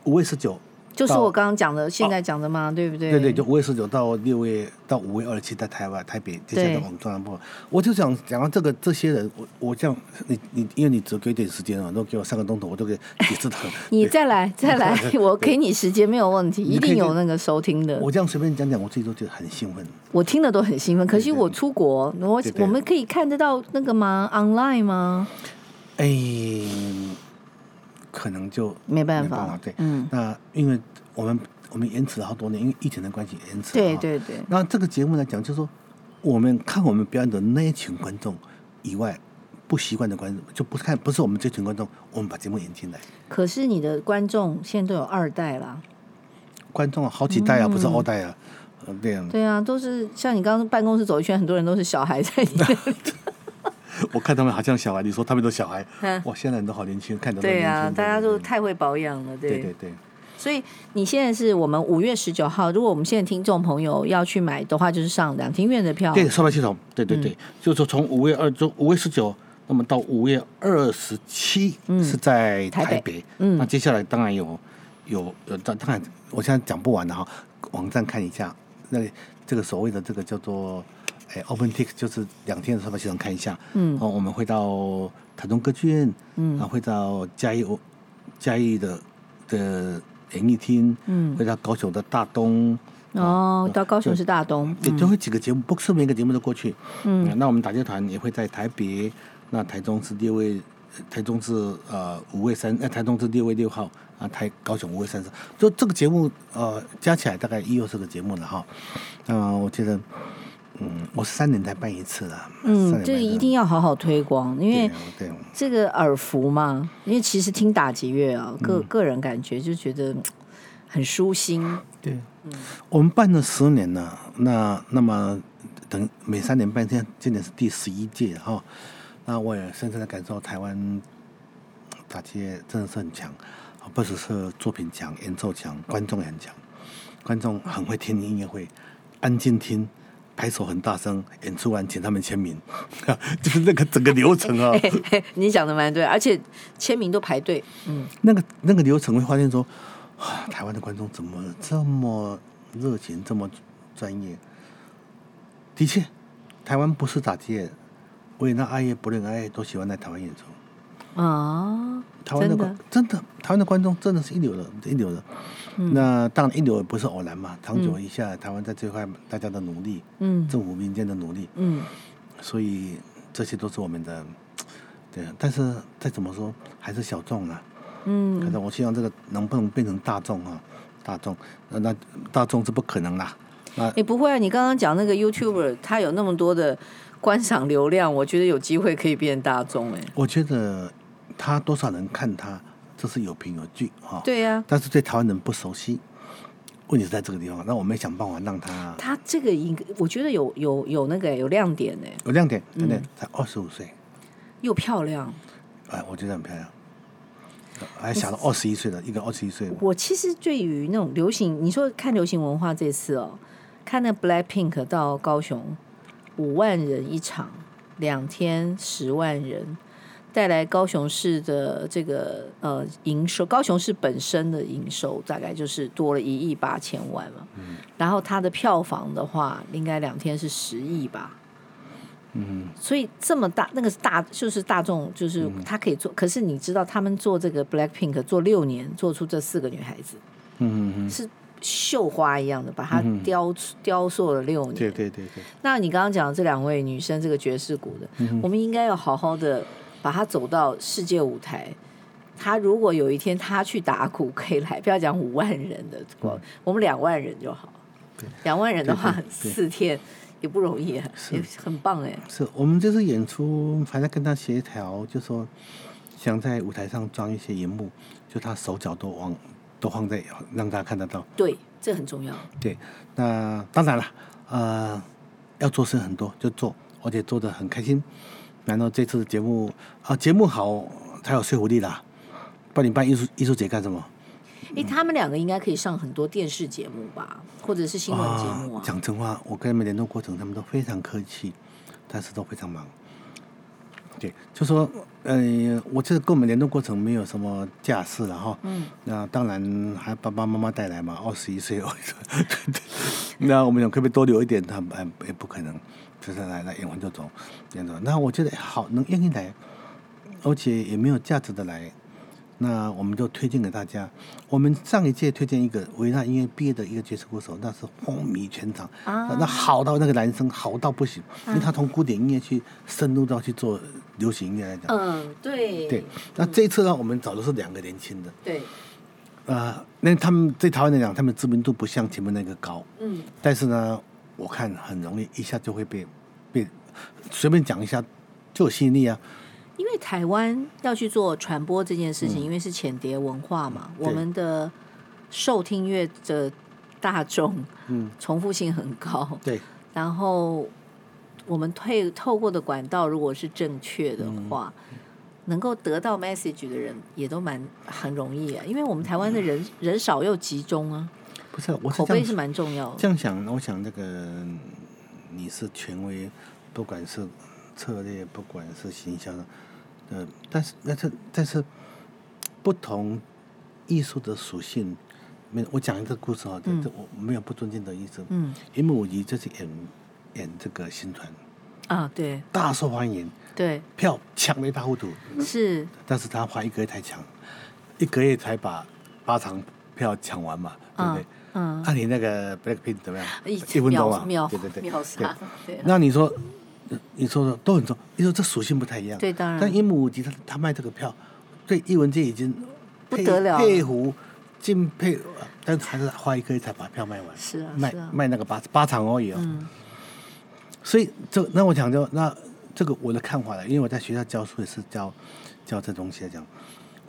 A: 五月十九，
B: 就是我刚刚讲的，现在讲的嘛，对不对？
A: 对对，就五月十九到六月到五月二十七在台湾台北，接下来
B: 对
A: 我们中南部，我就想讲到这个这些人，我我这样你你因为你只给我一点时间啊，如果给我三个钟头，我就给解释他。
B: 你再来再来， 我给你时间没有问题，
A: 你
B: 一
A: 可以
B: 定有那个收听的。
A: 我这样随便讲讲，我自己都觉得很兴奋。
B: 我听了都很兴奋，可惜
A: 对对
B: 我出国，我
A: 对对
B: 我们可以看得到那个吗？online 吗？
A: 哎，可能就
B: 没办
A: 哎没办
B: 法
A: 法，对，
B: 嗯，
A: 那因为我们我们延迟了好多年，因为疫情的关系延迟了
B: 对
A: 哈
B: 对对，
A: 那这个节目来讲，就是说我们看我们表演的那一群观众以外，不习惯的观众就不看，不是我们这群观众，我们把节目引进来，
B: 可是你的观众现在都有二代啦，
A: 观众好几代啊，不是二代啊，呃对啊，
B: 对啊，都是像你刚刚办公室走一圈，很多人都是小孩在里面，
A: 我看他们好像小孩，你说他们都小孩
B: 嗯，
A: 哇，现在人都好年轻，看着都
B: 对
A: 年
B: 啊，
A: 轻
B: 大家都
A: 对
B: 太会保养了，
A: 对对对，
B: 所以你现在是我们五月十九号，如果我们现在听众朋友要去买的话，就是上两厅院的票，嗯
A: 对售票系统，对对对，就是说从五月二中五月十九，那么到五月二十七是在
B: 嗯台
A: 台
B: 北
A: 北，
B: 嗯
A: 那接下来当然有有有，当当然我现在讲不完了哈，网站看一下，那里这个所谓的这个叫做哎 OpenTix，就是两天的售票系统看一下，
B: 嗯
A: 哦，我们会到台中歌剧院，啊
B: 嗯
A: 然后会到嘉义嘉义的的演艺厅，
B: 嗯
A: 会到高雄的大东。
B: 哦，到高雄是大东，
A: 对，都会几个节目，不是每个节目都过去。
B: 嗯
A: 呃那我们打击团也会在台北，那台中是六位，呃台中是呃五位三，呃台中是六位六号啊，台高雄五位三十，就这个节目呃加起来大概一二十个节目了哈。那、我觉得，嗯，我是三年才办一次了，三
B: 嗯，
A: 年
B: 这
A: 办
B: 个
A: 一次
B: 一定要好好推广，因为
A: 对。对
B: 这个耳福嘛，因为其实听打击乐啊，个、个人感觉就觉得嗯很舒心。
A: 对，我们办了十年了，那那么等每三年办，现在今年是第十一届哈、那我也深深的感受台湾打击乐真的是很强，啊不只是作品强、演奏强，观众也很强，观众很会听音乐会，安静听，拍手很大声，演出完请他们签名， 就是那个整个流程啊，
B: 你讲的蛮对，而且签名都排队，嗯，
A: 那个那个流程会发现说， 啊台湾的观众怎么这么热情，这么专业？的确，台湾不是打击，维也纳爱乐、柏林爱乐都喜欢来台湾演出。
B: 啊，
A: 台湾的
B: 真
A: 观
B: 的，
A: 真的，台湾的观众真的是一流的，一流的。
B: 嗯
A: 那当然，一流也不是偶然嘛，长久一下，台湾在这块大家的努力，
B: 嗯
A: 政府民间的努力，
B: 嗯，
A: 所以这些都是我们的，对。但是再怎么说，还是小众啊。嗯，可是我希望这个能不能变成大众啊？大众，那那大众是不可能啦。那
B: 你不会啊？你刚刚讲那个 YouTuber，他有那么多的观赏流量，我觉得有机会可以变大众哎、
A: 我觉得他多少人看他，这是有凭有据哈。
B: 对啊呀、
A: 但是对台湾人不熟悉，问题是在这个地方。那我们想办法让他
B: 他这个应该，我觉得有有有那个欸有亮点哎、
A: 有亮点，真的才二十五岁，
B: 又漂亮。
A: 哎，我觉得很漂亮。还想到二十一岁的一个二十一岁的，
B: 我其实对于那种流行，你说看流行文化这次哦，看那 Black Pink 到高雄五万人一场，两天十万人，带来高雄市的这个呃营收，高雄市本身的营收大概就是多了一亿八千万嘛。然后它的票房的话，应该两天是十亿吧。嗯，所以这么大，那个是大就是大众，就是他可以做。可是你知道，他们做这个 Black Pink 做六年，做出这四个女孩子
A: 嗯嗯嗯，
B: 是绣花一样的，把它雕、雕塑了六年。
A: 对对对对，
B: 那你刚刚讲的这两位女生，这个爵士鼓的，
A: 嗯
B: 我们应该要好好的把她走到世界舞台。她如果有一天她去打鼓，可以来，不要讲五万人的，我们两万人就好。两万人的话
A: 嗯对，对对
B: 四天也不容易、啊，也很棒哎、
A: 是我们这次演出还在跟他协调，就说想在舞台上装一些荧幕，就他手脚都往都放在让大家看得到。
B: 对，这很重要。
A: 对，那当然了，呃，要做事很多就做，而且做的很开心。然后这次的节目啊、节目好才有说服力啦，不然你办艺术艺术节干什么？嗯
B: 哎，他们两个应该可以上很多电视节目吧，或者是新闻节目啊。
A: 讲真话，我跟他们联络过程，他们都非常客气，但是都非常忙。对，就说，呃，我这跟我们联络过程没有什么架势了哈。嗯。那当然还爸爸妈妈带来嘛，二十一 岁，对对那我们想可不可以多留一点？他们哎也不可能，就是来来演完就走，演走。那我觉得哎好能愿意来，而且也没有价值的来。那我们就推荐给大家。我们上一届推荐一个维也纳音乐毕业的一个爵士鼓手，那是风靡全场，
B: 啊
A: 那好到那个男生好到不行，因为他从古典音乐去深入到去做流行音乐来讲。
B: 嗯，对
A: 对，那这一次呢，我们找的是两个年轻的，
B: 对
A: 呃，那他们对台湾来讲，他们知名度不像前面那个高，
B: 嗯，
A: 但是呢，我看很容易一下就会被被随便讲一下就有吸引力啊。
B: 因为台湾要去做传播这件事情，因为是浅碟文化嘛，
A: 嗯对
B: 我们的受听乐的大众
A: 嗯，
B: 重复性很高，
A: 对，
B: 然后我们退透过的管道如果是正确的话，
A: 嗯
B: 能够得到 message 的人也都蛮很容易啊，因为我们台湾的人、人少又集中啊，
A: 不是我是
B: 口
A: 这
B: 碑
A: 样
B: 是蛮重要
A: 这
B: 的。
A: 样想，我想那个嗯你是权威，不管是策略，不管是形象，呃，但是但是但是不同艺术的属性，没有我讲一个故事啊，这、这我没有不尊敬的意思，
B: 嗯
A: 因为我姨这次演演这个新团，
B: 啊，对
A: 大受欢迎，
B: 对
A: 票抢了一塌糊涂，
B: 是，
A: 但是他花一个月才抢，一个月才把八场票抢完嘛，对不对？啊
B: 嗯嗯，
A: 那、你那个 Blackpink 怎么样？
B: 一
A: 分钟
B: 秒
A: 啊，
B: 哎秒
A: 对对对，
B: 秒
A: 对
B: 杀，对啊
A: 那你说，呃你说的都很重，你说这属性不太一样。
B: 对当然
A: 但一亩五级他他卖这个票，对艺文界已经
B: 不
A: 佩
B: 得了
A: 佩服敬佩，呃但是还是花一个月才把票卖完。
B: 是啊
A: 卖
B: 是啊嗯
A: 卖那个八八场而已哦。所以这那我讲就那这个我的看法了，因为我在学校教书也是教教这东西来讲，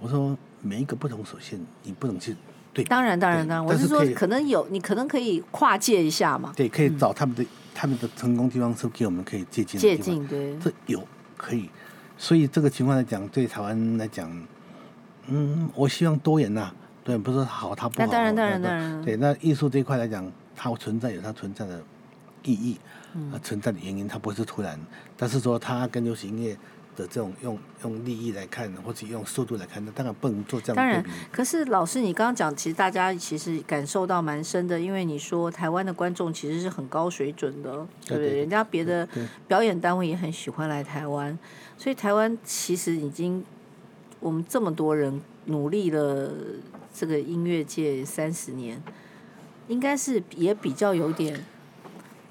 A: 我说每一个不同属性，你不能去对比。
B: 当然当然
A: 对
B: 当然，我
A: 但
B: 是说
A: 可以
B: 可能有你可能可以跨界一下嘛，
A: 对，可以找他们的、他们的成功地方，是给我们可以借鉴的
B: 嗯借
A: 地方
B: 鉴对
A: 这有可以，所以这个情况来讲，对台湾来讲，嗯，我希望多元呐、对，不是说好它不好，
B: 那当然当然
A: 那
B: 当然
A: 对，那艺术这一块来讲，它存在有它存在的意义
B: 嗯
A: 啊、存在的原因，它不是突然，但是说它跟流行音乐的这种用用利益来看，或者用速度来看，那当然不能做这
B: 当
A: 样的
B: 然
A: 啊对比。，
B: 可是老师，你刚刚讲，其实大家其实感受到蛮深的，因为你说台湾的观众其实是很高水准的，哦
A: 对
B: 对不
A: 对
B: 对？
A: 对
B: 人家别的
A: 对
B: 表演单位也很喜欢来台湾，所以台湾其实已经我们这么多人努力了这个音乐界三十年，应该是也比较有点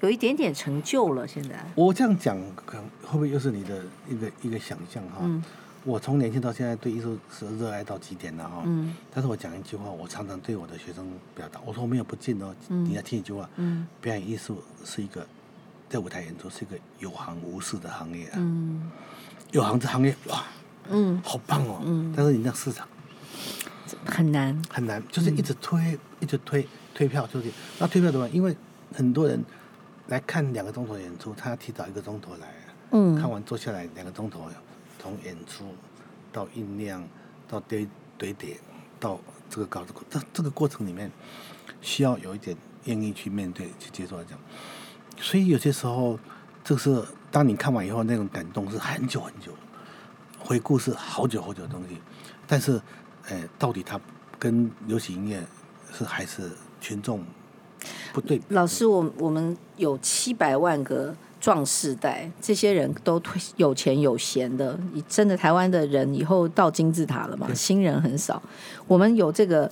B: 有一点点成就了。现在，
A: 我这样讲，可能会不会又是你的一个一个想象哈？
B: 嗯
A: 我从年轻到现在对艺术是热爱到极点了哈。
B: 嗯
A: 但是我讲一句话，我常常对我的学生表达，我说我没有不敬哦，
B: 嗯
A: 你要听一句话，
B: 嗯
A: 表演艺术是一个在舞台演出是一个有行无市的行业啊，
B: 嗯
A: 有行这行业哇，
B: 嗯，
A: 好棒哦，但是你那市场
B: 很难，
A: 很难，就是
B: 嗯
A: 一直推，一直推推票出去，那推票怎么办？因为很多人来看两个钟头演出，他提早一个钟头来啊，
B: 嗯
A: 看完坐下来两个钟头，从演出到酝酿，到堆堆叠，到这个稿子，这这个过程里面，需要有一点愿意去面对、去接受来讲。所以有些时候，就是当你看完以后，那种感动是很久很久，回顾是好久好久的东西。但是，呃，到底它跟流行音乐是还是群众不对比？
B: 老师，我我们有七百万个壮士代，这些人都退有钱有闲的，你真的台湾的人以后到金字塔了嘛？新人很少，我们有这个。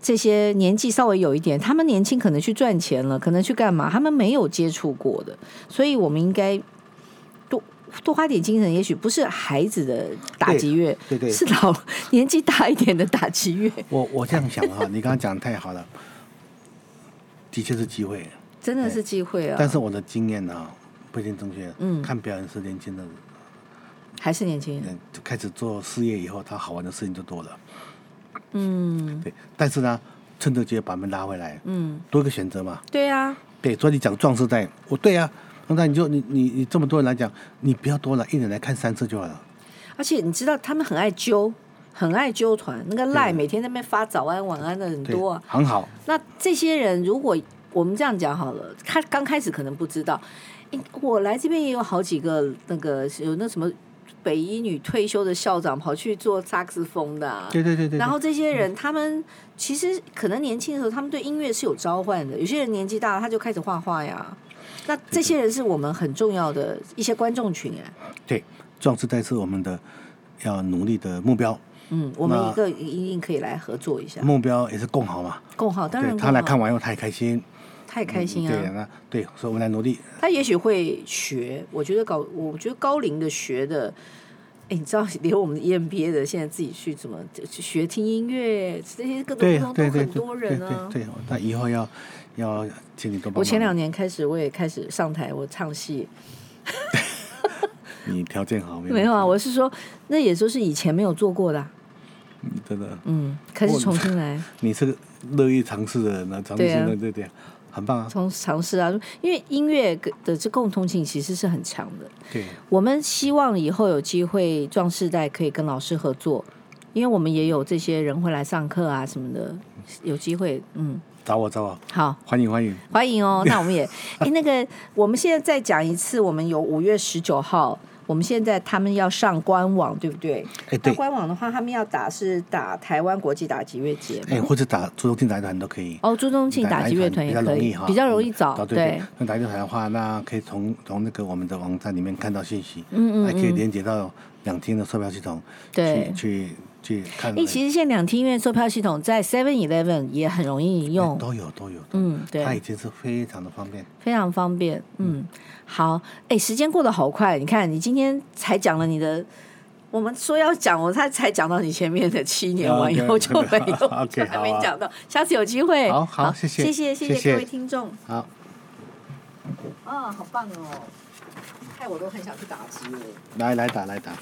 B: 这些年纪稍微有一点，他们年轻可能去赚钱了，可能去干嘛？他们没有接触过的，所以我们应该多多花点精神。也许不是孩子的打击乐，
A: 对对对
B: 是老 年纪大一点的打击乐，
A: 我我这样想哈， 你刚刚讲得太好了，的确是机会。
B: 真的是机会啊！
A: 但是我的经验呢、啊不一定正确。
B: 嗯
A: 看表演是年轻的人
B: 还是年轻人，
A: 嗯就开始做事业以后，他好玩的事情就多了。
B: 嗯
A: 对，但是呢，趁这个机会把他们拉回来，
B: 嗯，
A: 多一个选择嘛。
B: 对啊，
A: 对，所以你讲壮士代，我对啊，那你就你你你这么多人来讲，你不要多了，一人来看三次就好了。
B: 而且你知道他们很爱揪，很爱揪团，那个赖每天在那边发早安晚安的很
A: 对，
B: 多啊。
A: 很好，
B: 那这些人如果我们这样讲好了，他刚开始可能不知道，诶我来这边也有好几个那个有那什么北医女退休的校长跑去做萨克斯风的、啊，
A: 对对对对对。
B: 然后这些人，他们其实可能年轻的时候，他们对音乐是有召唤的。有些人年纪大了，他就开始画画呀。那这些人是我们很重要的一些观众群哎、
A: 对壮士代是我们的要努力的目标，
B: 嗯，我们
A: 那
B: 一个一定可以来合作一下。
A: 目标也是共好嘛。
B: 共好，当然
A: 对
B: 共好
A: 他来看完以后，他也开心，
B: 太开心
A: 对，
B: 啊！
A: 那对，所以我们来努力。
B: 他也许会学，我觉得搞，我觉得高龄的学的，哎，你知道， 连我们 EMBA 的现在自己去怎么去学听音乐，这些各种
A: 对
B: 各种
A: 对
B: 都
A: 对
B: 很
A: 对
B: 多人啊。
A: 对对对，那以后要要请你多帮忙。
B: 我前两年开始，我也开始上台，我唱戏。
A: 你条件好没有？
B: 没有啊，我是说，那也就是以前没有做过的啊、
A: 嗯真的，
B: 嗯，开始
A: 我
B: 重新来。
A: 你是个乐意尝试的人呢，尝试
B: 对啊
A: 的对对，很棒啊，
B: 从尝试啊，因为音乐的这共通性其实是很强的。
A: 对
B: 我们希望以后有机会壮世代可以跟老师合作，因为我们也有这些人会来上课啊什么的，有机会，嗯，
A: 找我找我，
B: 好。
A: 欢迎欢迎，
B: 欢迎哦，那我们也，哎，那个，我们现在再讲一次，我们有五月十九号，我们现在他们要上官网，对不对？
A: 哎
B: 那
A: 对，
B: 官网的话，他们要打是打台湾国际打击乐节嘛
A: 哎或者打朱中进打一团都可以。
B: 哦，朱宗庆打击乐团也
A: 比较
B: 可
A: 容易
B: 以
A: 哈，，
B: 比较容易
A: 嗯
B: 找，
A: 对对。那打击团的话，那可以从从那个我们的网站里面看到信息，
B: 嗯嗯
A: 还可以
B: 嗯
A: 连接到两厅的售票系统，
B: 对
A: 去去去看。
B: 哎，其实现在两厅院售票系统在 Seven Eleven 也很容易
A: 哎
B: 用，
A: 都有都有，都有
B: 嗯，对，
A: 它已经是非常的方便。
B: 非常方便。嗯，好，哎，时间过得好快，你看你今天才讲了你的。我们说要讲，我才才讲到你前面的七年完以后
A: 啊 OK，
B: 就没有
A: OK，
B: 还没
A: 好啊
B: 讲到，下次有机会。
A: 好好谢谢
B: 谢谢，谢
A: 谢
B: 谢
A: 谢
B: 各位听众。
A: 好，
B: 啊，好棒哦，害我都很想去打击了。
A: 来来打来打。